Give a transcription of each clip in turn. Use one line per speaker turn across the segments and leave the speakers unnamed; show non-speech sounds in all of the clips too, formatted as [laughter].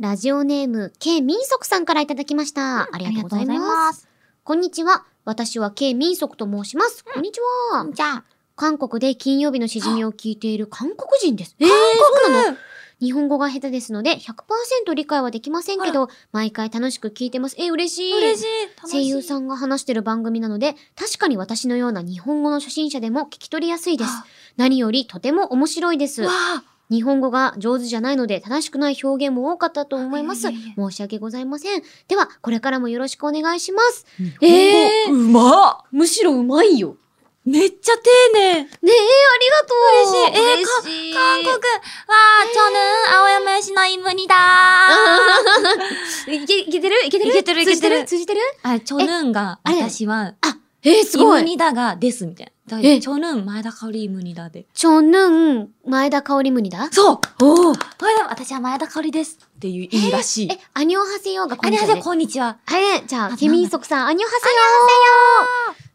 ラジオネーム、K 民族さんからいただきました。ありがとうございます。
す。
こんにちは。私は K 民族と申します。こんにちは。
じゃあ、
韓国で金曜日のしじみを聞いている韓国人です。えーそうなの
の
日本語が下手ですので100%理解はできませんけど、毎回楽しく聞いてます。えー、嬉しい。
嬉しい。
声優さ
ん
んが話してる番組なので、確かに私のような日本語の初心者でも聞き取りやすいです。何よりとても面白いです
わ。あ、
日本語が上手じゃないので正しくない表現も多かったと思います。
いやいやいや
申し訳ございません。では、これからもよろしくお願いします。
えー、うまっ
むしろうまいよ。
めっちゃ丁寧。
ねえ、ありがとう。
嬉し
い。え
韓国、わあ、저는青山市のイムニだ。
いけ、いけてるいけてる
いけてるいけてる
通じてる
あ、ちょぬんが、
えあれ
私は、
えー、すご
イム
い。
ニだが、です、みたいな。
え
ちょぬん、前田香織イムニだで。
ちょぬん、前田香織むにだ
そう
おお。
前田私は前田香織です。っていう意味らしい。
え、アニョンハセヨがこ
あ
んに
れ
ちは
はじゃ
ね
あ、こんにちは。
はい、じゃあ、
あ
ケミンソクさん、アニョハセヨー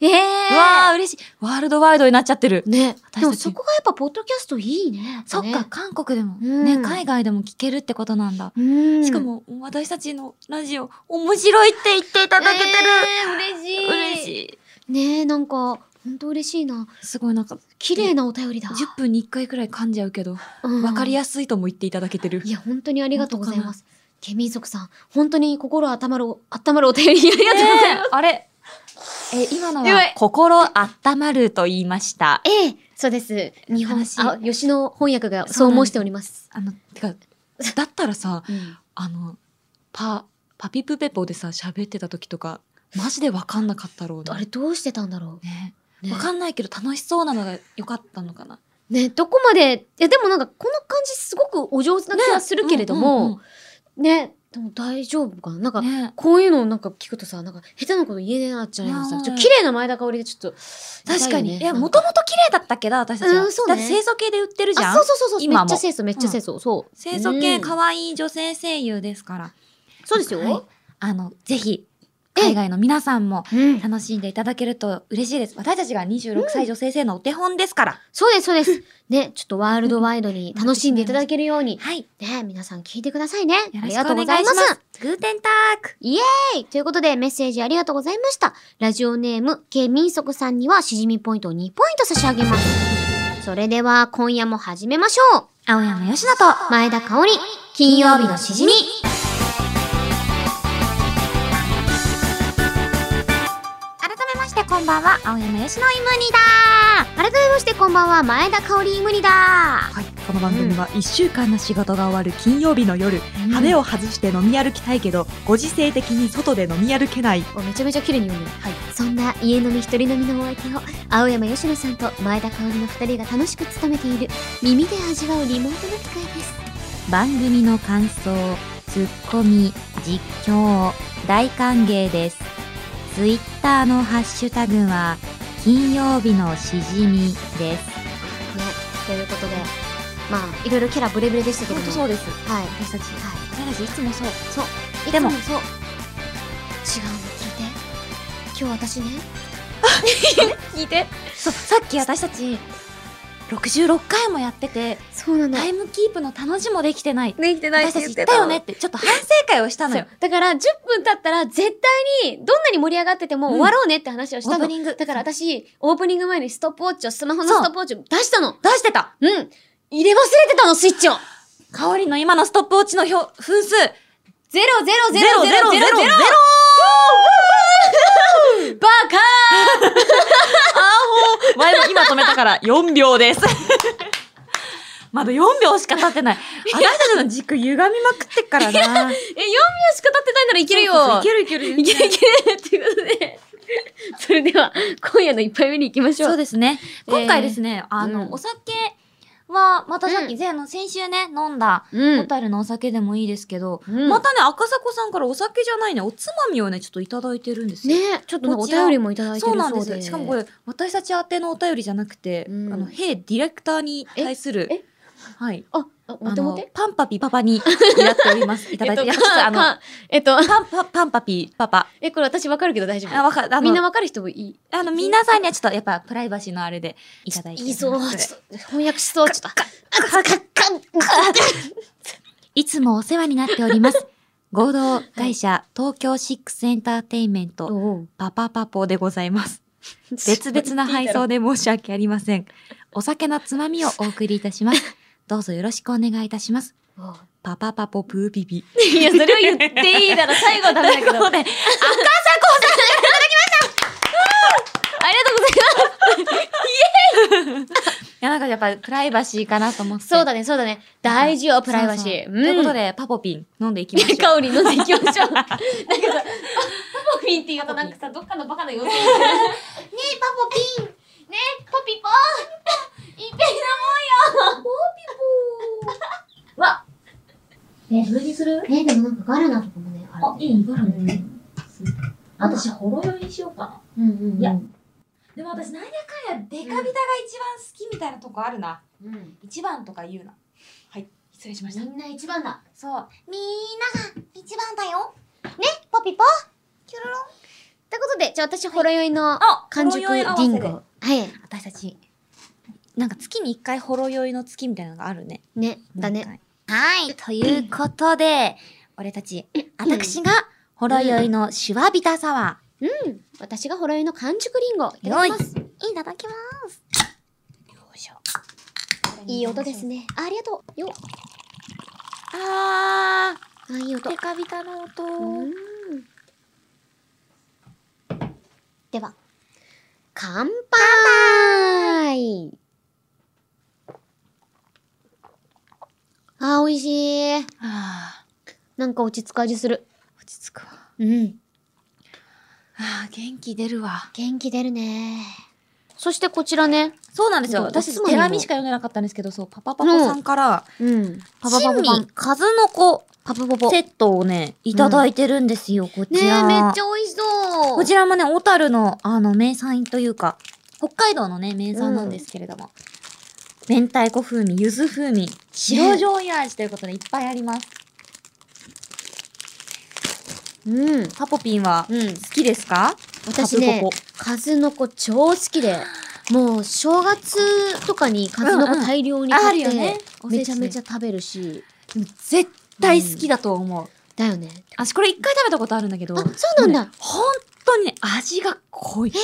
ええー、
わあ、嬉しい。ワールドワイドになっちゃってる。
ね。
私
でも
たち
そこがやっぱポッドキャストいいね。
そっ
や
か、
ぱね。
韓国でも、
うん
ね、海外でも聞けるってことなんだ。
うん。
しかも、私たちのラジオ、面白いって言っていた
えー、い
だけてる。
嬉しい。
嬉
い。
し
ねえ、なんか、ほんと嬉しいな。
い。すごい、なんか、
綺麗なお便りだ。
10分に1回くらい噛んじゃうけど、わかりやすいとも言っていただけてる [laughs]
い。いや、本当にありがとうございます。ケミンソクさん、本当に心温まるお、 [laughs] 温まるお便 [laughs] りありがとうございます。
ねえあれえ、今の
やば、
はい心温まると言いました。
ええそうです。日本
悲し、い
あ、吉野翻訳がそう申しております。
あの、てか、だったらさ、
うん
あの、パ、パピプペポでさ、喋ってた時とか、マジでわかんなかったろう
あ
な
れ。どうしてたんだろ
ね。
う。ね
わかんないけど楽しそうなのが良かったのかな。
ね、どこまで、いやでもなんかこの感じすごくお上手な気がするけれども、ね、でも大丈夫かななん
う
か
んうんうん、ね
こういうのをなんか聞くとさ、なんか下手なこと言えねえなっちゃいます
あー
ちょっと綺麗な前田香織でちょっと、
確か
痛
に。
よ
い
ね
や、もともと綺麗だったけど、私たちは。
うんそうね
だって清楚系で売ってるじゃ
あ、
ん。
そうそうそうそう、め
今も
っちゃ清楚、めっちゃ清楚、そう。
清楚系
うん
可愛い女性声優ですから。
そうですよ。
はいあの、ぜひ、
え
海外の皆さんも
うん
楽しんでいただけると嬉しいです。私たちが26歳女性性のお手本ですから。
そうです、そう
[laughs]
です。ね、ちょっとワールドワイドに楽しんでいただけるように、
はい。よ
ね、皆さん聞いてくださいね。あ
ろ
り
し
が
く
と
お
う
願
ご
いし
ざいま。
ますす。グーテンターク。
はい。ということで、メッセージありがとうございました。ラジオネーム、ケミンソクさんには、しじみポイントを2ポイント差し上げます。それでは、今夜も始めましょう。
青山よしのと、
前田香織、金曜日のしじみ。
改めましてこんばんは、青山よしのイムニだ
改めまして、こんばんは、前田香織無理だ。
はい、この番組は1週間の仕事が終わる金曜日の夜、羽目
を。
を外して飲み歩きたいけど、ご時世的に外で飲み歩けない。
めちゃめちゃ綺麗に読む。
はい
そんな家飲み一人飲みのお相手を青山佳乃さんと前田香織の2人が楽しく務めている耳で味わうリモートの機会です。
番組の感想、ツッコミ、実況、大歓迎です。ツイッターのハッシュタグは、金曜日のしじみです。
ね、ということで、まあ、いろいろキャラブレブレでしたけども、
うです。
はい。
私たち、
は
私たちいつもそう。そう。
い。
でも
いつそう。違うの聞いて。今日私ね、
聞いて。そう、さっき私たち、66回もやってて、
そうなの
タイムキープの楽しもできてない。
できて
私たち言ったよねって、ちょっと反省会をしたの
そ
よ
う。だから10分経ったら絶対にどんなに盛り上がってても
うん
終わろうねって話をし
オ
た
ー
の、
プニング。
だから私オープニング前にストップウォッチをスマホの
そう
ストップウォッチを出したの
出してた
うん入れ忘れてたのスイッチを
香りの今のストップウォッチの表、分数
ゼロゼロゼロゼロゼロゼロ
ロ
バカ
前も今止めたから4秒です。 [laughs] まだ4秒しか経ってない。私たちの軸歪みまくってっからな。い
え、4秒しか経ってないならいけるよ
いけるいける。
いけるいけるということで。 [laughs] それでは、今夜の一杯目に行きましょう。
そうですね。
えー
今回ですね、あの、
うん
お酒は、またさっ
う
き、前の先週ね、飲んだ、
う
ホ。タルのお酒でもいいですけど、
うん
またね、赤坂さんからお酒じゃないね、おつまみをね、ちょっといただいてるんですよ。
ねちょっとなんかお便りもいただいてる
そ
そう
う
で。
なんですよ。しかもこれ、私たち宛てのお便りじゃなくて、
うん
あの、ヘイディレクターに対する
ええ、
はい。
あ、あ、
あ
待って
の
待って。
パンパピパパにいただいており
[laughs]
ます。いただいて、いやちょっとあの、
かえっと、 [laughs]
パンパ、パンパピパパ。
え、これ私わかるけど大丈
あ、
夫。
わかる。あ
みんな
の、
わかる人もいい。
あの、皆さんにはちょっとやっぱプライバシーのあれでいただいております。
いそう。ちょっと、翻訳しそう。ちょっと。あ、
カッカッカッカッいつもお世話になっております。合同会社東京シックスエンターテインメントパパパポでございます。別々な配送
で。
で申し訳ありません。お酒のつまみをお送りいたします。どうぞよろしくお願いいたします。パパパポプーピピ。
いや、それは言っていいだろ。最後はダメだけど。ありがとう
[laughs] そうね
ございま
いや、なんかやっぱりプライバシーかなと思って。
す。そうだね、そうだね。大事よ、プライバシー。
そうそうということ
で、
で、パポピン飲んでいきましょう。
カオリ飲んでいきましょう。なん
[laughs]
かさ、パパポピンって言うとなんかさ、どっかのバカのようねえ、パポピンねえ、ポピポいっぺん飲もうよポピポわ
え、それにする
ねえ、でもなんかガラナとかもね、あ
あ、いい、バラ
う
ね。
ん
私、ほろ酔いにしようかな。
うんうんうん。
いや
う
でも私、なんやかんや、デカビタが一番好きみたいなとこあるな。
ん。
一番とか言うな。はい、失礼しま
み。んな一番だ。
そう。
みんなが一番だよ。ね、ポピポキョロロン。ってことで、じゃあ私、ほろ酔いの
あ
完熟リン
ほろ酔い合わ
ゴ。はい。
私たち、なんか月に一回ほろ酔いの月みたいなのがあるね。
ね、だね。。
はい、ということで、俺たち、私がほろ酔いのシュワビタサワ
うん。私がほろ酔いの完熟リンゴ。いただきます。
ー。いただきます。よいしょ。
いい音です。ね。あありがとう。よ。
あ
あ、いい
ー、
音
デ。カビタの音。
うんでは、乾杯あー、美味しい。
あ
なんか落ち着く味する。
ー、落ち着くわ。
うん。
あー、元気出るわ。
元気出るね。そしてこちらね。
そうなんですよ。
本当
私、
おつまみ
手
も
紙しか読んでなかったんですけど、そう、パパパコさんから、
うん。パパパ
珍
パパ
味数の子
パパパパ。
セットをね、いただいてるんですよ、こ
ね
ちら。
え、めっちゃ美味しそう。
こちらもね、小樽の、あの、名産というか、北海道のね、名産なんですけれども。明太子風味、柚子風味、塩醤油味ということでいっぱいあります。
うん。
パポピンは、好
うん。
きですか
私ね
こ、
数の子超好きで、もう正月とかに数の子大量に
あ
買
る
っ
よね
て、。
め
め
ち
ち
ゃ
ゃ
め
め
ち
ち
ゃ
ゃ。食べるし、
絶対好きだと思う。
だよね。
私これ一回食べたことあるんだけど、
あ、そうなんだ。
本当にね、味が濃い。もう、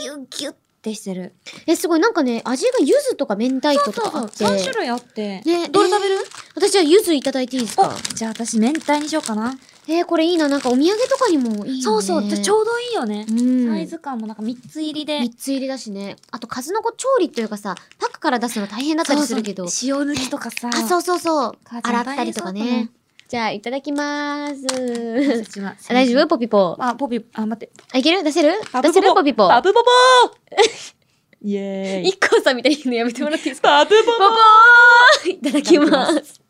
ギュギュギュってしてる。
え、すごい。なんかね、味が柚子とか明太
そ
子
う
と
そう
か
そ
あ
う。
って。
3種類あって。
ね
どれ食べる、
私は柚子いただいていいですか
おじゃあ私、明太にしようかな。
えー、これいいな。なんかお土産とかにもいいよね。
そうそう。でちょうどいいよね。
うん。
サイズ感もなんか3つ入りで。
3つ入りだしね。あと、数の子調理というかさ、パックから出すの大変だったりするけど。
そうそう塩抜きとかさ。。
あ、そううそうそう。
母ちゃん
洗ったりとか
大変そうだ
ね。じゃあ、いただきま
私
ーす。
たちは
あ大丈夫ポピポ。
あ、ポピ、あ、待って。
あ、いける出せる
パブ
出
ポポ
せるポピポ。
パブポポーイエーイ。
一個さんみたいに言うのやめてもらっていいですか
パブポ
ポ
ポ
ポーいただきます。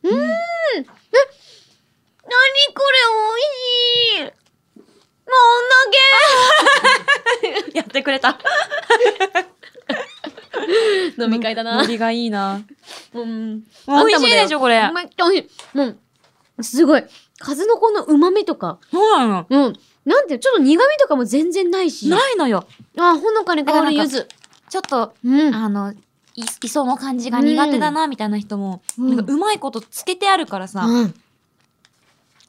うーん。え、なにこれ美味しい。もう
やってくれた。
女系飲み会だな
ノ。リがいいな。
うん。あんたもだ
美
よ
味しいでしょ、これ。
めっちゃ美味しい。もう、すごい。数の子の旨味とか、
そうなの。
うん。なんていうの、ちょっと苦味とかも全然ないし。
ないのよ。
あ、ほのかに香る柚子。
ちょっと、
うん。
あの、い、磯の感じが苦手だな、みたいな人も、
うん
なんかうまいことつけてあるからさ、
うん。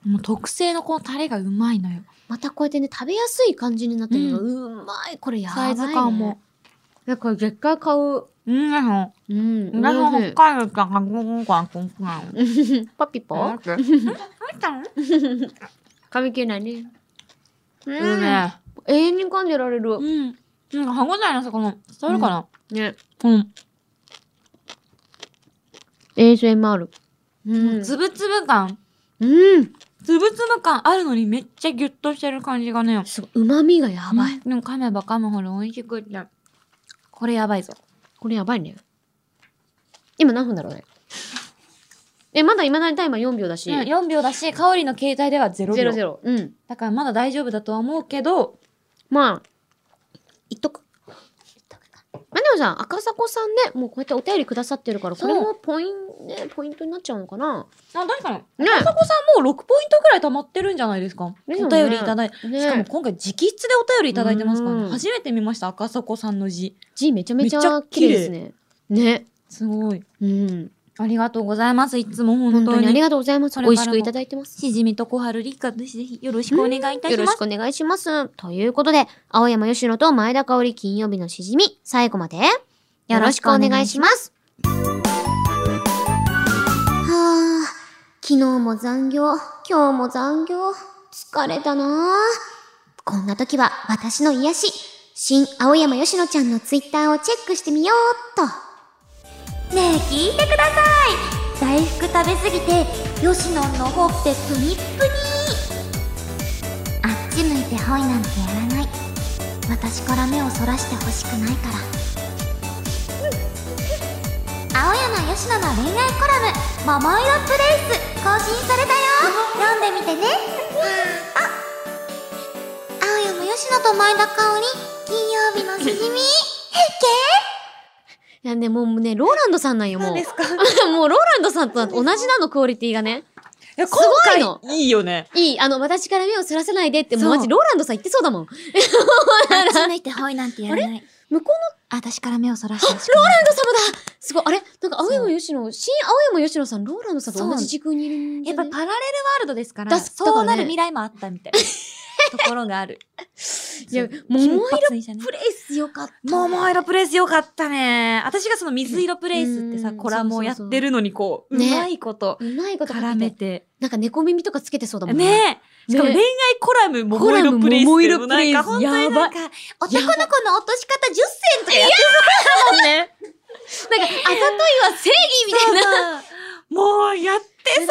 もう特製のこのタレがうまいのよ。
またこうやってね、食べやすい感じになってるのが、
う
うまい。これやば
サ
い、
イ
ね。
ズ感も。。
え、これ絶対買う。
うん、なの。
うん。
なの、
美
北海道から韓国から韓国から。
味しいパピポ
待 [laughs] ったの
噛み切れないね。う
いいね。
永遠に噛んでられる。
うん。なんか歯ごたえのさ、この、伝わるかな
ね。
うん。
ASMR。う
もうつぶつぶ感。
うん。
つぶつぶ感あるのにめっちゃギュッとしてる感じがね。や
すごい。旨味がやばい。。
でも噛めば噛むほど美味しくって。これやばいぞ。
これやばいね。今何分だろうね。え、まだ今なりタイマー4秒だし。
うん、4秒だし、香りの携帯では0秒。
ゼロゼロ。うん。
だからまだ大丈夫だとは思うけど、
まあ、
いっとく。
まあでもさ、赤坂さんね、もうこうやってお便りくださってるから、これ
そう
もポイン、ね、ポイントになっちゃうのかな。
あ、確かに。
ね
朝子さんもう6ポイントくらい溜まってるんじゃないですか。
ですよ
お
ね
便りいただい
ね
しかも今回直筆でお便りいただいてますから
う
ね。
ん
初めて見ました、赤底さんの字。
字めちゃめち
めっち
ゃ
ゃ
綺麗ですね。ね。
すごい。
うん。
ありがとうございます。いつも本
本
当
当
に。
にありがとうございます。
これ
美
か
味
らも
しくいただいてます。
しじみと小春りっか、ぜひぜひよろしくお願いいたし
よろ
ま
し
す。
くお願いします。ということで、青山吉野と前田香織金曜日のしじみ、最後までよろしくお願いします。はあ、昨日も残業、今日も残業、疲れたなあこんな時は私の癒し、新青山吉野ちゃんのツイッターをチェックしてみようっと。
ねえ聞いてください大福食べ過ぎて吉野のほっぺぷにっぷにあっち向いてほいなんてやらない私から目をそらしてほしくないから青山吉野の恋愛コラム「桃色プレイス」更新されたよ読んでみてねあ青山吉野と前田香織金曜日のしじみ
いやね、もうね、ローランドさんなんよ、もう。
か
[laughs] もうローランドさんと同じなの、クオリティがね。
いや
すごいの
今回いいよね。
いい、あの、私から目をそらさないでって、もう
そう
マジローランドさん言ってそうだもん。
あっち向いてほいなんてやらない。
向こう
私から目をそらしてほしく
ロー
ない
ランド様だすごい、あれなんか青山吉野、新青山吉野さん、ローランドさんと同じ時空にいるんじ
や
ゃ
っ
な
ぱ
い
パラレルワールドですから、
だそう
そ
だ
う
ね
なる未来もあったみたいな
[laughs]
ところがある。
いや
そう、
桃色
金髪にしたね
プレイスよかった。
桃色プレイスよかったね。私がその水色プレイスって
う
さ、
ん
コラムをやってるのにこう、
そうそう
う
そう
まいこと
うまいこと
絡
絡
め
めて。
て。
なんか猫耳とかつけてそうだもん
ねえ。しかも
ね
恋愛コラム桃色プレイスっていうのもなんか
コラム桃色
本
プレイス
当になん
男の子
か、
の落とし方10銭とかやってそうだもんね。なんか、あざといは正義みたいな。
もうやってそう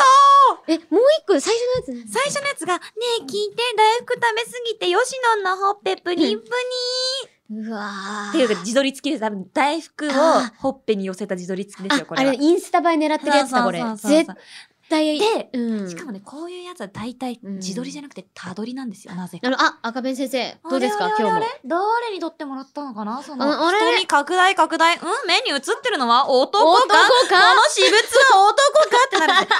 え、もう一個、最初のやつ
最初のやつが、ねえ聞いて、大福食べすぎて、吉野のほっぺプニンプニ
うわ
っ
ー
ていうか、自撮り付きです。多分、大福を
あ
ほっぺに寄せた自撮り付きですよ、こ
あ
れ
あ
は。
れ、インスタ映え狙ってるやつだ、これ
そう。そうそう
絶
そう
対。
で、
うん
しかもね、こういうやつは大体、
うん
自撮りじゃなくて、たどりなんですよ、なぜか。
あの、あ、赤ペン先生、どうですか、
あれ
今日
あ
も
れ。誰に撮ってもらったのかなその、
ああれ
瞳拡大拡大。うん目に映ってるのは男か
男か
この私物は男かってなるんですよ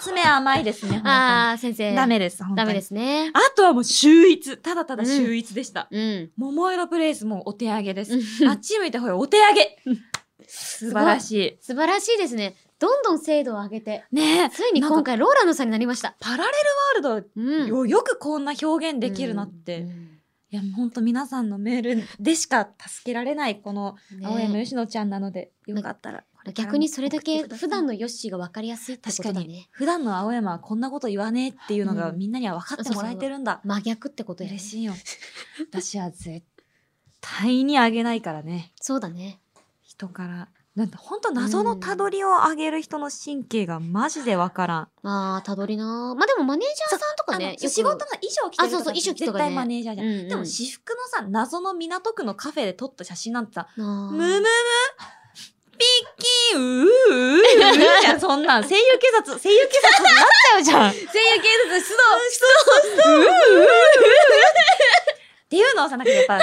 [laughs] 爪甘いですね、本当に
あー、先生。
ダ。メです、本当
ダ
に
メで。すね。
あとはもう秀逸。ただただ秀逸でした。
うん。
桃色プレイスもお手上げです。
素
あっち向いてほら、お手上げ。素晴らし
晴らしいですね。どんどん精度を上げて。
い。ねえ、
ついに
なんか
今回、ローランドさんになりました。
パラレルワール
うん。
ドよ、よくこんな表現できるなっ
う
て。い
ん。
や、もうほんと皆さんのメールでしか助けられない、この
ね
青山吉野ちゃんなので、よかったら。これからも
逆にそれだ
送っ
け
てくさ
普
い
段のヨッシーが分かりやすいってこ
確
と
か
だ
に
ね。
普段の青山はこんなこと言わねえっていうのが
うん
みんなには分かってもらえてるんだ。
真逆ってことやね
嬉。しいよ。私は絶対にあげないからね。
そうだね。
人からなんて本当謎のたどりを上げる人の神経がマジでわからん。
ああ、たどりなー。まあでもマネージャーさんとかね、よく
仕事の衣装着てる
あそうそう衣装着てる
絶
とかね
対マネージャーじゃん。
うんうん
でも私服のさ謎の港区のカフェで撮った写真なんてさ「
なー
むむむピッキーうーうーうー」じゃんそんなん声優警察声優警察になっちゃうじゃん。
声優警察出動
っていうのをさなんかやっぱ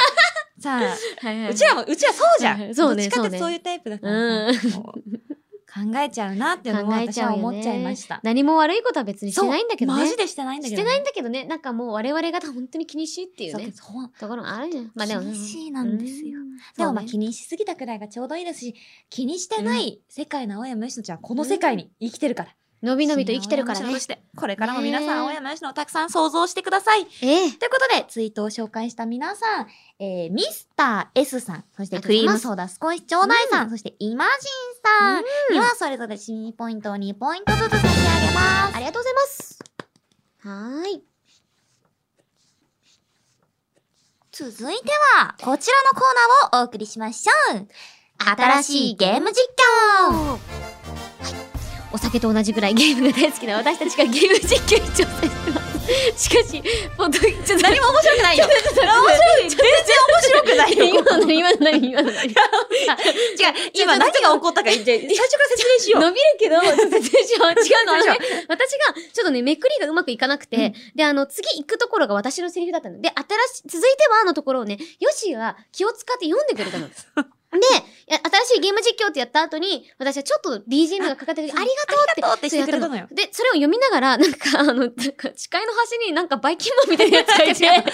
さ
はいはい。
うちらもうちらそうじゃ
はいは
ん。
いそうね
どっちかっ
そ
て
うね
そういうタイプだからさこう考えちゃうなっていうのも
考え
私
ちゃ
は
うよね
思っちゃいました。
何も悪いことは別にし
そう
てないんだけどね。
マジでしてないんだけ
し
どね、
てないんだけどね。なんかもう我々が本当に気にしいっていうね。
そうそう
ところあるじゃん。まあでもね。
気にしいなんですよ
うん。
でもまあ
そうね
気にしすぎたくらいがちょうどいいですし、気にしてない世界の青山吉野ちゃんはこの世界に生きてるから。
のびのびと生きてるから
そんな青山吉野
ね
と。して、これからも皆さ
ね
ん
え
青山吉野をたくさん想像してください。
ええ。
ということで、ツイートを紹介した皆さん、えー、ミスター S さん、そしてクリームソーダ少しちょうだいさん、そしてイマジンさんにはそれぞれシミポイントを2ポイントずつ差し上げます。
ありがとうございます。はーい。
続いては、こちらのコーナーをお送りしましょう。新しいゲーム実況
はいお酒と同じぐらいゲームが大好きな私たちがゲーム実況に挑戦してます。しかし、本当にちょっと何も面白く
[laughs]
ないよ。面白くない。全然面白くないよ。 [laughs] 今の何今 [laughs] の何今の何
違う、今何が起こったか言って、最初から説明し [laughs] よう。
伸びるけど、全然違う。違うのあの
違う
ね。私が、ちょっとね、めくりがうまくいかなくて、で、あの、次行くところが私のセリフだったの。で、新しい、続いてはのところをね、ヨシーは気を使って読んでくれたの。で、いや新しいゲーム実況ってやった後に、私はちょっと BGM がかかってる時、あ
あ
りがとうって。
ありがとうってしてくれたのよ
そうやで、それを読みながら、なんか、あの、なんか、視界の端になんかバイキンマンみたいなやつがいて、
違うなんか、か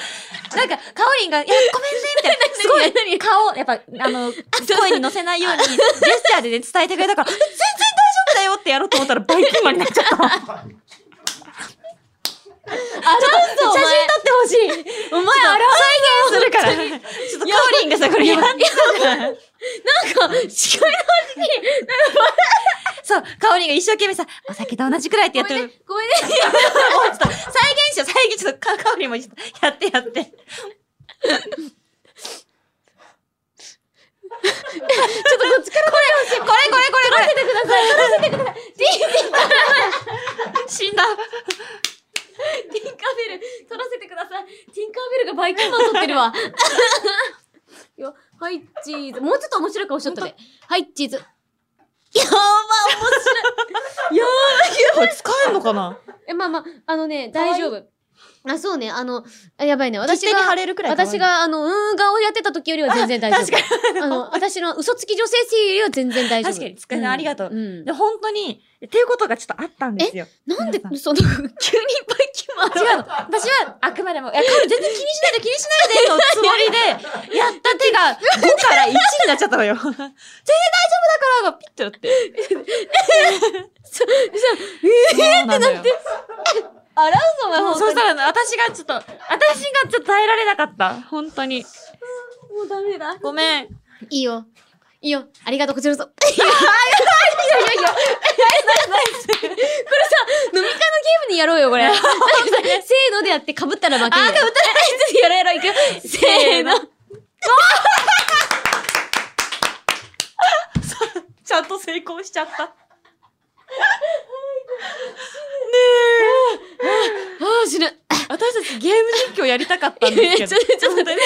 おりんが、いや、ごめんね、みた [laughs] いな。すごい、顔、やっぱ、 [laughs] あの、声に乗せないように、ジェスチャーでね、伝えてくれたから、全然大丈夫だよってやろうと思ったら、バイキンマンになっちゃった。写真撮
とお前
ってほしい。お前、あれ再現するから。ちょっとかおりんがさ、これやってたじゃん。なんか、視界の端に、そう、かおりんが一生懸命さ、お酒と同じくらいってやってる。
ごめんね。
[laughs] ちょっと再現しよう、再現ちょっとか、かおりんもちょっとやってやって。
ちょっとこっちから
これこれこれこれ
ください。撮らせてください。ディ
死んだ。
ティンカーベル、撮らせてください。ティンカーベルがバイキンマン撮ってるわ。
[laughs]
いや、はい、チーズ。もうちょっと面白い顔しちゃったね。はい、チーズ。やば、面白い。
これ使えんのかな
え、まあまあ、あのね、大丈夫。あ、そうね、あの、あやばいね、
私
私
手に貼
が、
れるくらい
私が、あの、うーん顔やってた時よりは全然大丈夫。
[laughs] 確かに。
あの、私の嘘つき女性声優よりは全然大丈夫。
確かに使えないありがとう
うん
で、。本当に、っていうことがちょっとあったんですよ。
なんで
皆さ、ん
その、急にバイキンマン
違うの。私は、あくまでも、いや、カオル全然気にしないで気にしないでのつもりで、やった手が5から1になっちゃったのよ。全然大丈夫だからがピッてなって。えーってなって。
洗うぞ、お前、
そう
本
そ
当
し
に。
たら、私がちょっと、私がちょっと耐えられなかった。本当に。
もうダメだ。
ごめん。
いいよ。いいよ。ありがとう、こちらこそ。飲み会のゲームでやろうよ、 [laughs] これ。なんかさせーのでやって、被ったら負け。あ、被ったら負け。やろうやろう、いくよ。
[laughs]
せーの。
ちゃんと成功しち
[laughs]
ゃった。ね
あー、死ぬ。
え、私たちゲーム実況やりたかったんですけ
[laughs]
ど。
ちょっとちょっと
ね。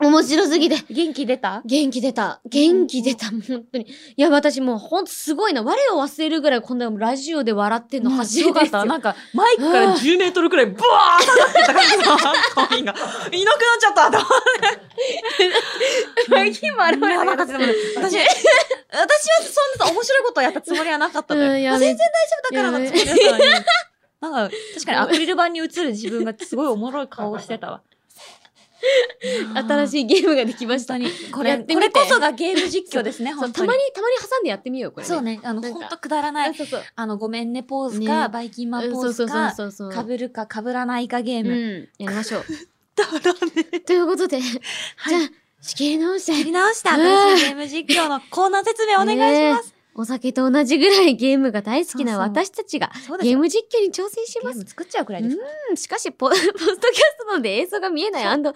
面白すぎて。
元気出た
元気出た。元気出た。もう本当に。いや、私もう本当すごいな。我を忘れるぐらい、こんなラジオで笑ってんの初め
よ
て
か
で
っ
すよ
た。。なんか、マイクから10メートルくらい、ブワーってなってたから、今コミンが。いなくなっちゃ [laughs] ったと思
最近も現
って。
れ
いやなんか
た
でもね私、私はそんな面白いことをやったつもりはなかったのよ。
うんや
あ
べ
全然大丈夫だからなつもりだったのに。なんか、確かにアクリル板に映る自分がすごいおもろい顔をして [laughs] たわ。
新しいゲームができました。
本当に。こ
や
れ、
って
こ
みて
れこそがゲーム実況ですね、
そう
本当
た
に
ま。に、たまに挟んでやってみようよ、これ、
そう。ね、あの、
なんか
ほんとくだらな
あ
い、
そうそう。
あの、ごめんねポーズ
ね
か、バイキンマンポーズ
うん
か、
そうそうそうそ
か
う。
ぶるかかぶらないかゲー
う
ム。
ん。やりましょう。
だら
[laughs]
ね。
ということで、じゃあ、仕切り直し
[laughs] やり
て、
直した新しいゲーム実況のコーナー説明お願いします。
お酒と同じぐらいゲームが大好きな
そうそう
私たちが、
そうです
ゲー
よ
ム実況に挑戦し
ゲ
ま
ー
す。
ム作っちゃうくらいですから。
うん、しかしポ、ポ [laughs] ストキャストなので映像が見えない権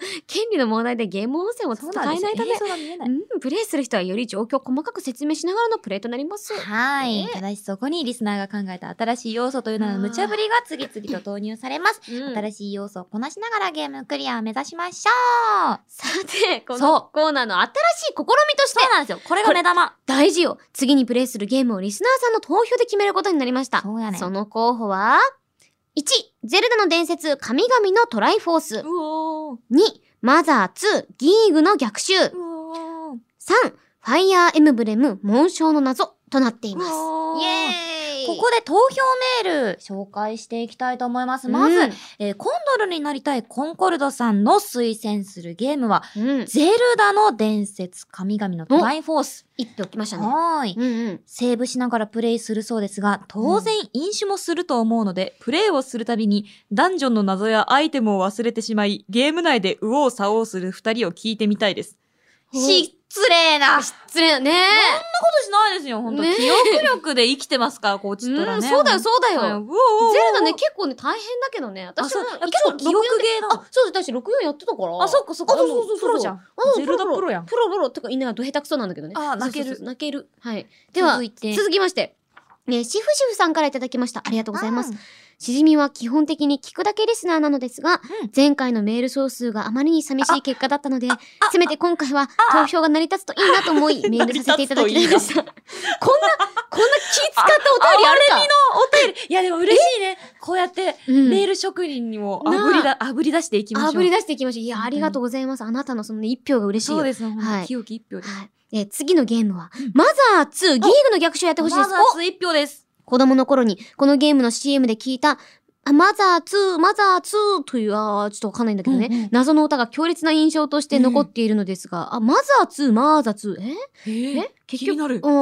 利の問題でゲーム音声も
そ
使
うなん
え
です
な
よ
いため、
映像が見えない。
うん、プレイする人はより状況を細かく説明しながらのプレイとなります。
はい。ただしそこにリスナーが考えた新しい要素という名の無茶ぶりが次々と投入されます。
うん
新しい要素をこなしながらゲームクリアを目指しましょう。
さて、こ
そ
のコーナーの新しい試みとして、
なんですよ。これが目玉。
大事よ。次にプレイするゲームをリスナーさんの投票で決めることになりました。
そうやねん
その候補は、1、ゼルダの伝説、神々のトライフォース。2
う、おー。
マザー2、ギーグの逆襲。3、
うおー。
ファイアーエムブレム、紋章の謎となっています。
イエーイ
イエーイ
ここで投票メール紹介していきたいと思います。まず、
うん
えーコンドルになりたいコンコルドさんの推薦するゲームは、
うん。
ゼルダの伝説、神々のトライフォース。
一票来ましたね。
はーい。
うんうん。
セーブしながらプレイするそうですが、当然飲酒もすると思うので、プレイをするたびに、ダンジョンの謎やアイテムを忘れてしまい、ゲーム内で右往左往する二人を聞いてみたいです。失礼なこと
失礼だね。
しないですよ、本当、
ね
記憶力で生きてますから、こうちっとら
う
ね。
ん、そうだよ、そうだ
う
よ。
うおうおう
ゼルダね、結構ね、大変だけどね。私も
あそう
一応
結構記憶ゲーなの
あ、そうです。私64やってたから。
あ、そっかそっか。
あそうそうそうそう
プロじゃん。
あ
ゼルダプロやん
プロプロとか言いながらど下手くそなんだけどね。
あ泣ける
そうそうそう泣ける。はい。では、続
続いて。
きまして。えーシフシフさんからいただきました。ありがとうございます。しじみは基本的に聞くだけリスナーなのですが、
うん
前回のメール総数があまりに寂しい結果だったので、せめて今回は投票が成り立つといいなと思い、メールさせていただきました。こんな、こんな気使ったお便りあるか
お便り。いや、でも嬉しいね。ここうやって、
うん
レール職人にも
なあ
炙りだ、炙り出していきましょう。
炙り出していきましょう。いや、ありがとうございます。あなたのその一票が嬉しい
そう
よ。
ですね、
は
はいい、清き一票です。
はい。えー次のゲームは、マザー2ギーグの逆襲やってほしいで
マ
す。
ザーズ一票です。
お子供の頃に、このゲームの CM で聞いた、あマザー2、マザー2という、あーちょっとわかんないんだけどね、
うんうん
謎の歌が強烈な印象として残っているのですが、あ、マザー2、マザー2、え
えー
え結
気に
局、
なる。
うん、
みん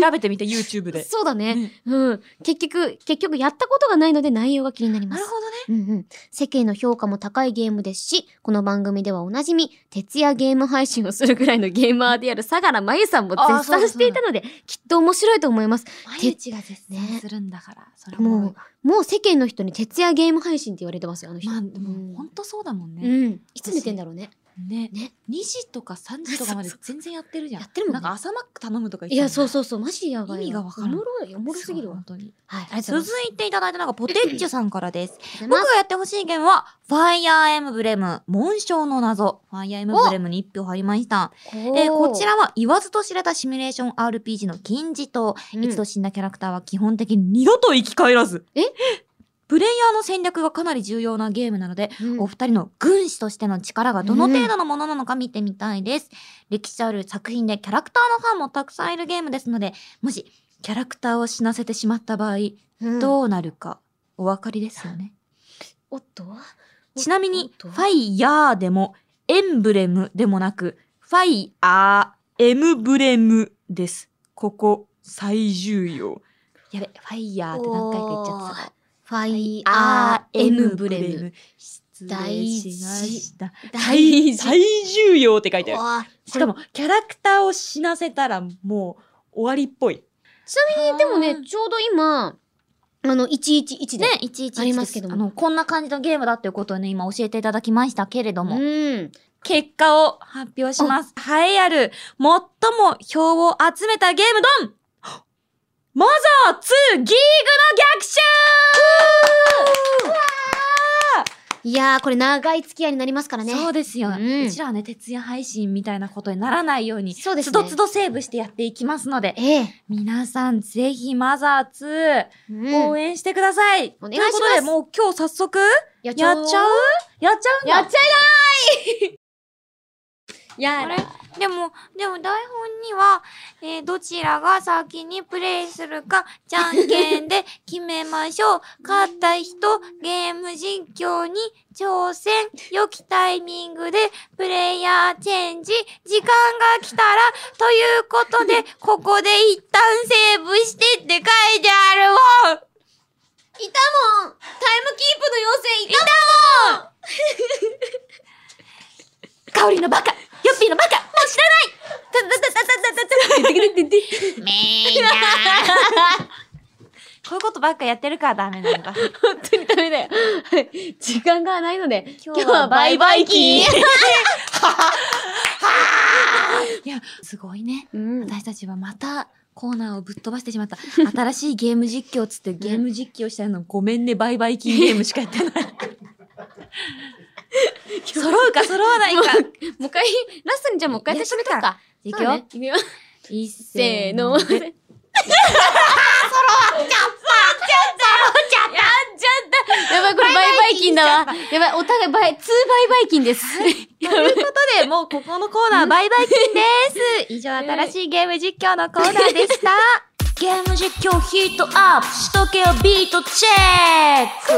な調べてみ [laughs] て、YouTube で。
そうだね。
ね
うん。結局、結局やったことがないので内容が気になりま
な
す
る。ほどね。
うんうん、世間の評価も高いゲームですし、この番組ではおなじみ、徹夜ゲーム配信をするぐらいのゲーマーである相良真由さんも
あー
絶賛していたので、きっと面白いと思います。
毎
日
が絶
賛
するんだから、それ
はもうもう世間の人に徹夜ゲーム配信って言われてますよ、あの人。
まあ、で
うん
も、ほんとそうだもん
う
ね。
ん。いつ寝てんだろうね。
ね
ね
2時とか3時とかまで全然やってるじゃん。
やってるもんね
なんか朝マック頼むとか言っ
い
てたも
や、
ん
そう
ね
そうそう、マジでやばいわ。
意味がわから
お
ん
もろい、おもろすぎる
本
わ。
当に。
はい、ありがとう
続
ござい
いていただいたのがポテッチュさんからです。僕
ます。
がやってほしいゲームは、ファイアーエムブレム、紋章の謎。ファイアーエムブレムに1票入りました。
僕
えーこち、らは言わずと知れたシミュレーション RPG の金字塔。
うん
一度死んだキャラクターは基本的に二度と生き返らず。
え
プレイヤーの戦略がかなり重要なゲームなので、
うん
お二人の軍師としての力がどの程度のものなのか見てみたいです。歴史ある作品でキャラクターのファンもたくさんいるゲームですので、もしキャラクターを死なせてしまった場合、
うん
どうなるかお分かりですよね。
おっと
ちなみに、
おっ
フ
と
ァイヤーでも、エンブレムでもなく、ファイアー、エムブレムです。ここ、最重要。やべ、ファイヤーって何回か言っちゃってた。
ファイア
あ
ーエムブレム。。
失礼しました。
大事
最重要って書いてある。
わあ
しかも、キャラクターを死なせたら、もう、終わりっぽい。
ちなみに、でもね、ちょうど今、あの、111で。
ね、いちいち
ありますけども
あの、こんな感じのゲームだっていうことをね、今教えていただきましたけれども。
うん。
結果を発表します。栄えある、最も票を集めたゲームドンマザー2ギーグの逆襲
いやー、これ長い付き合いになりますからね。
そうですよ。
う
うんちらはね、徹夜配信みたいなことにならないように、
そうです
つ
ね
どつどセーブしてやっていきますので、
ええ。
皆さんぜひマザー
うん
2応援してください。
お願いします
ということで、もう今日早速、
やっ
やっちゃうやっちゃうんだ
やっち
あれでも、でも台本には、えーどちらが先にプレイするか、じゃんけんで決めましょ [laughs] う。勝った人、ゲーム実況に挑戦。良きタイミングで、プレイヤーチェンジ。時間が来たら、ということ [laughs] で、ここで一旦セーブしてって書いてある
い
もん
たもんタイムキープの妖精いた
香りのバカヨッピーのバカもう知らない
[laughs]
こういうことばっかやってるからダメなんだ。
本当にダメだよ。はい時間がないので、今日
今日
は
は
バ
バ
イ
イ
バ
バ
イ
イ
キ
キ
ー
ー [laughs] いや、すごいね。
うん
私たちはまたコーナーをぶっ飛ばしてしまった。新しいゲーム実況っつってゲーム実況したのごめんね、バイバイキーゲームしかやってない。 [laughs] 揃うか揃わないか。
もう一回、ラストにじゃあもう一回やってしめとくか。
い
そ
く
う
よ。
ねいくよ。
いっ
せ
せ
ー
ー
の。
の。
揃っちゃった揃っちゃった [laughs] やばい、これバイバイキンだわ。やばい、お互いバイ、ツーバイバイキンです。
ということで、もうここのコー [laughs] ナー、バイバイキンです。以上、新しいゲーム実況のコーナーでした。 [laughs] ゲーム実況ヒートアップしとけよビートチェック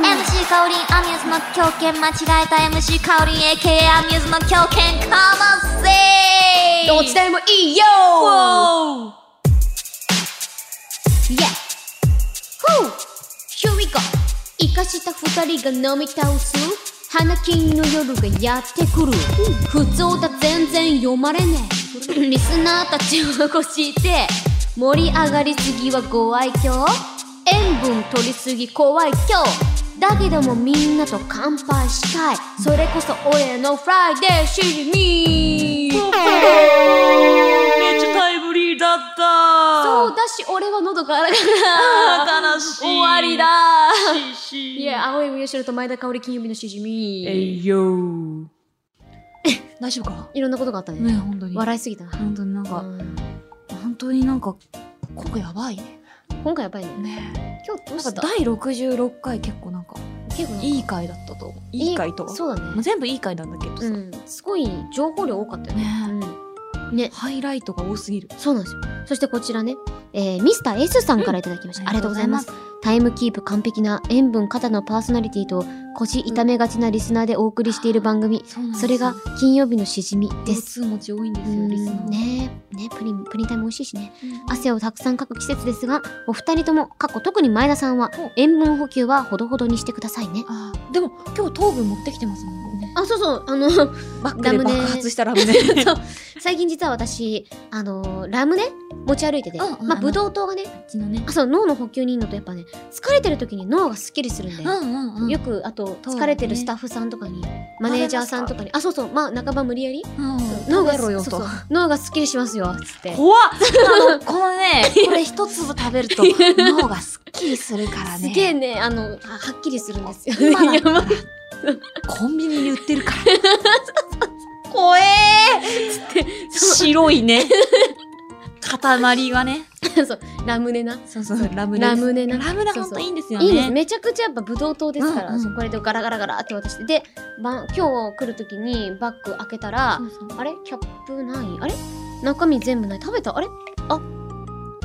MC かおりんアミューズの狂犬間違えた MC かおりん AKA アミューズの狂犬かませ
どっちでもいいよイエイほう Here we go 生かした二人が飲み倒す花金の夜がやってくる普通だ全然読まれねえリスナーたちを残して盛り上がりすぎはご愛嬌塩分取りすぎ怖い今日だけどもみんなと乾杯したいそれこそ俺のフライデーシジミ
めっちゃタイムリーだった
そうだし、俺は喉が荒が
[laughs] 悲しい
終わりだ
し
いや、青山よしろと前田香織金曜日のしじみ。
えいよー大丈夫か
いろんなことがあったね。
ねえ、本当に。
笑いすぎたな。
本当になんか、
うん
本当になんか、ここやばいね。
今回やばいね。
ね
今日どう
なんか
した
第66回結構なんか
結構なんか
いい回だったと思ういい回とは、
そうだ
まあ、
ね。
全部いい回なんだけどさ、
うん。すごい情報量多かったよね。
ね
うん。ね。
ハイライトが多すぎる
そうなんですよ。そしてこちらね、えーミスター S さんからいただきました。
うん
ありがとうございます。タイムキープ完璧な塩分肩のパーソナリティと腰痛めがちなリスナーでお送りしている番組。
そうなんです
それが金曜日のしじみで。
ですす持ち多いんです
う
よ
ん
リスナー、
ねねプリンプリン体も美味しいしね、
うん
汗をたくさんかく季節ですがお二人とも過去特に前田さんは
ほう
塩分補給はほどほどにしてくださいね
あーでも今日糖分持ってきてますもんね
あそうそう [laughs] あの
バッグ
ラ
で
ムネ
爆発したラムネ
そう最近実は私あのラムネ持ち歩いてて、
うんうん
まあ
あの
ブドウ糖がね
ちのね
あそう脳の補給にいいのとやっぱね疲れてる時に脳がすっきりするんで、
うんうんうん
よくあと疲れてるスタッフさんとかに、マネージャーさんとかにあそうそうまあ半ば無理やり
うん
脳が
食べろよと
そうそう脳がすっきりしますよつって
怖っあのこの [laughs] ねこれ一粒食べると脳がすっきりするから
す
ね
げえねあのははっきりするんですよね
今だ
や
った
ば
ら
[laughs] い
コンビニに売ってるから [laughs] 怖えー白いね [laughs] 塊がね
そうラムネな
そうそうラムネ
ラムネな
ラムネ
そう
ほ
そ
ん
う
といいんですよね
いいですめちゃくちゃやっぱブドウ糖ですから、
うんうん
そうこれでガラガラガラって渡してで、ば今日来る時にバッグ開けたら
そうそう
あれキャップないあれ中身全部ない食べたあれあ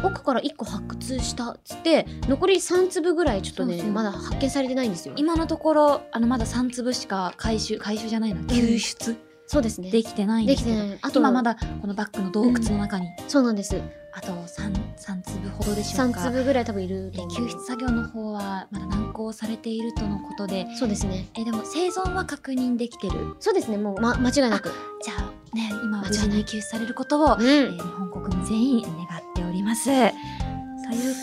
奥から1個発掘したっつって残り3粒ぐらいちょっとね
そうそう
まだ発見されてないんですよ
今のところあのまだ3粒しか回収回収じゃないな救出
そうですね
できてないん
で
で
き
す
て
けど
ないあと
今まだこのバッグの洞窟の中に
そうなんです
あと 3, 三粒ほどでしょう
3
か
粒ぐらい多分いる
え
と思う
救出作業の方はまだ難航されているとのことで
そうですね
えでも生存は確認できてる
そうですねもう、ま、間違いなく
じゃあね今
間違いない
無事に救出されることを、
う
えー
ん
日本国民全員願っておりますという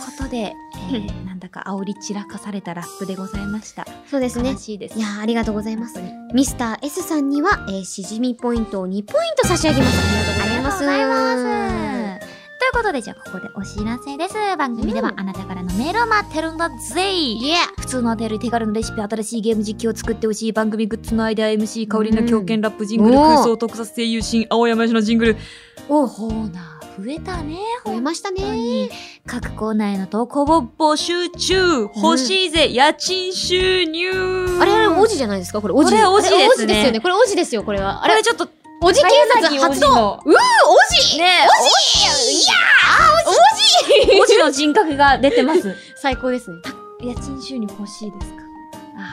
ことで、えーなんだか煽り散らかされたラップでございました
そうですね
悲しいです
いやーありがとうございます
本当に
ミスター S さんには、えー、しじみポイントを2ポイント差し上げますありがとうございます
ということで、じゃあここでお知らせです。番組では
うん
あなたからのメールを待ってるんだぜ、
イエ
普通のお便り、手軽のレシピ、新しいゲーム実況を作ってほしい番組、グッズのアイデア、MC、香りの狂犬ラップジングル、
おー
空想特撮声優新、青山よしのジングル。おコーナー増えたね、
ー増え
本
ました
当
ね
に。各コーナーへの投稿を募集中欲しいぜ、家賃収入
あれあれおじじゃないですかこれおじ
これおじ
あれ
ですね
よねこれおじですよこれはあ
あ
れ
れちょっと、
おじ警察発動
動
うーおじ
ねえ文字の人格が出て [laughs] ます。
最高ですね
家賃収入欲しいですか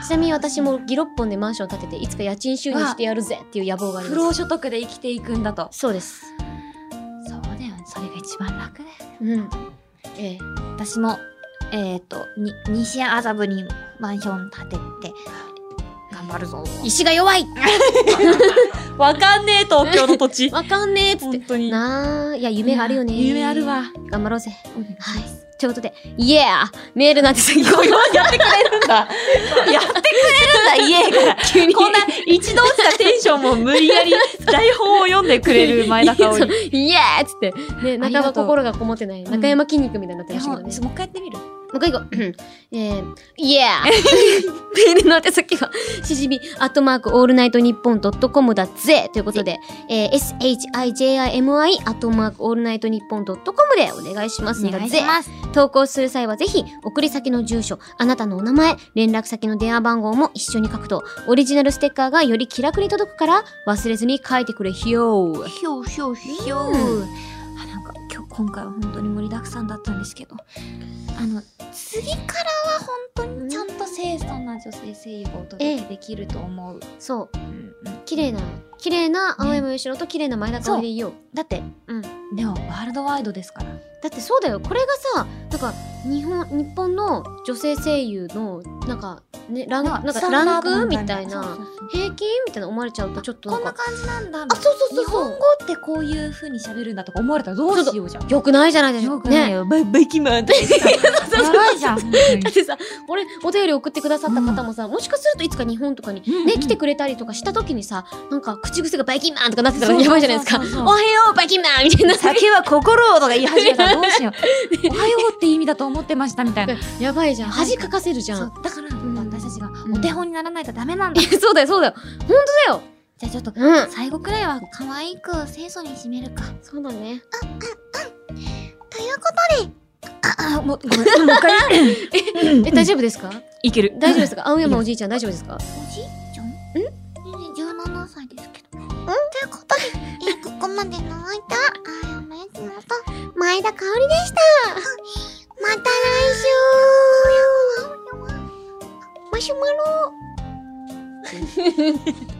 ちなみに私もギロッポンでマンションを建てていつか家賃収入してやるぜっていう野望があり
不
ま
労
す
所得で生きていくんだと。
そうです
そうだよね。それが一番楽だ
う
よね。
んええ
私も、えっ、と、に西麻布にマンション建てて、頑張るぞ。
石が弱い
[laughs] わかんねえ、東京の
[laughs]
土地。
わかんねえっつって
本当に。
なあいや夢があるよね
夢あるわ。
頑張ろうぜ
お願いし
はい。ということで、イエーメールなんて先ほどやってくれるんだ。
やってく [laughs] れるんだ、家が。
急に。
こんな一度しかテンションも無理やり台本を読んでくれる前田香織。
[laughs] そうイエーっつって。ね、
あ
中
りが
山
とう
心がこもってない。
ん
中山筋肉みたいになって
いや
ました
ほ
け
ん
ど
もう
ね。
一回やってみる。
もう一回行こう。えー、イエー [laughs] メールの宛先は、しじみ、アットマーク、オールナイトニッポンドットコムだぜということで、えー、shijimi、アットマーク、オールナイトニッポンドットコムでお願いしますんだぜ。
す。
投稿する際はぜひ送り先の住所あなたのお名前連絡先の電話番号も一緒に書くとオリジナルステッカーがより気楽に届くから忘れずに書いてくれひよー
ひょうひょうひょう。
う
あなんか今日今回は本当に盛りだくさんだったんですけど、あの次からは本当にちゃんと清楚な女性声優をお届けできると思う。
そう
うんうん
綺麗な綺麗な青山吉郎と綺麗な前田香織でいいよ、
だって、
うん
でもワールドワイドですから。
だってそうだよこれがさなんか日本日本の女性声優のなんかねランなんかランクみたいな平均みたいな思われちゃうとちょっとなん
こ
ん
な
か
感じなんだ。
あそうそうそうそ
日本
う
語ってこういう風に喋るんだとか思われたらどうしようじゃん。
よくないじゃないでしょう
よ
か
くない
ね
よ。バイバイキマンって
[laughs]
言ってた。やばいじゃん。本当に
だってさ俺お便り送ってくださった方もさ、もしかするといつか日本とかに
うんうん
ね、来てくれたりとかした時にさ、なんか口癖がバイキンマンとかなってた
そ
ら
うそ
やば
うそうそう
いじゃないですか。おはようバイキンマンみたいな。
酒は心をとか言い始めたらどうしよう。 [laughs] おはようって意味だと思ってましたみたい [laughs] な。
やばいじゃん。
やばい
恥かかせるじゃ
そ
ん。
うだから、
ん
私たちが
ん
お手本にならないとダメなんだ。じ
そうだよ、そうだよ。
ゃあちょっと、
うん。
最後くらいは可愛く清楚に締めるか。
そうだね。
ということで、あ、あ、もう、ごめ [laughs] ん、もう一回。
え、大丈夫ですか
いける。
大丈夫ですか青山おじいちゃん大丈夫ですか
おじいちゃんん全然17歳ですけど。んということで、えーここまでの間、あやまやつのと、
前田香織でした。
[laughs] また来週マシュマロ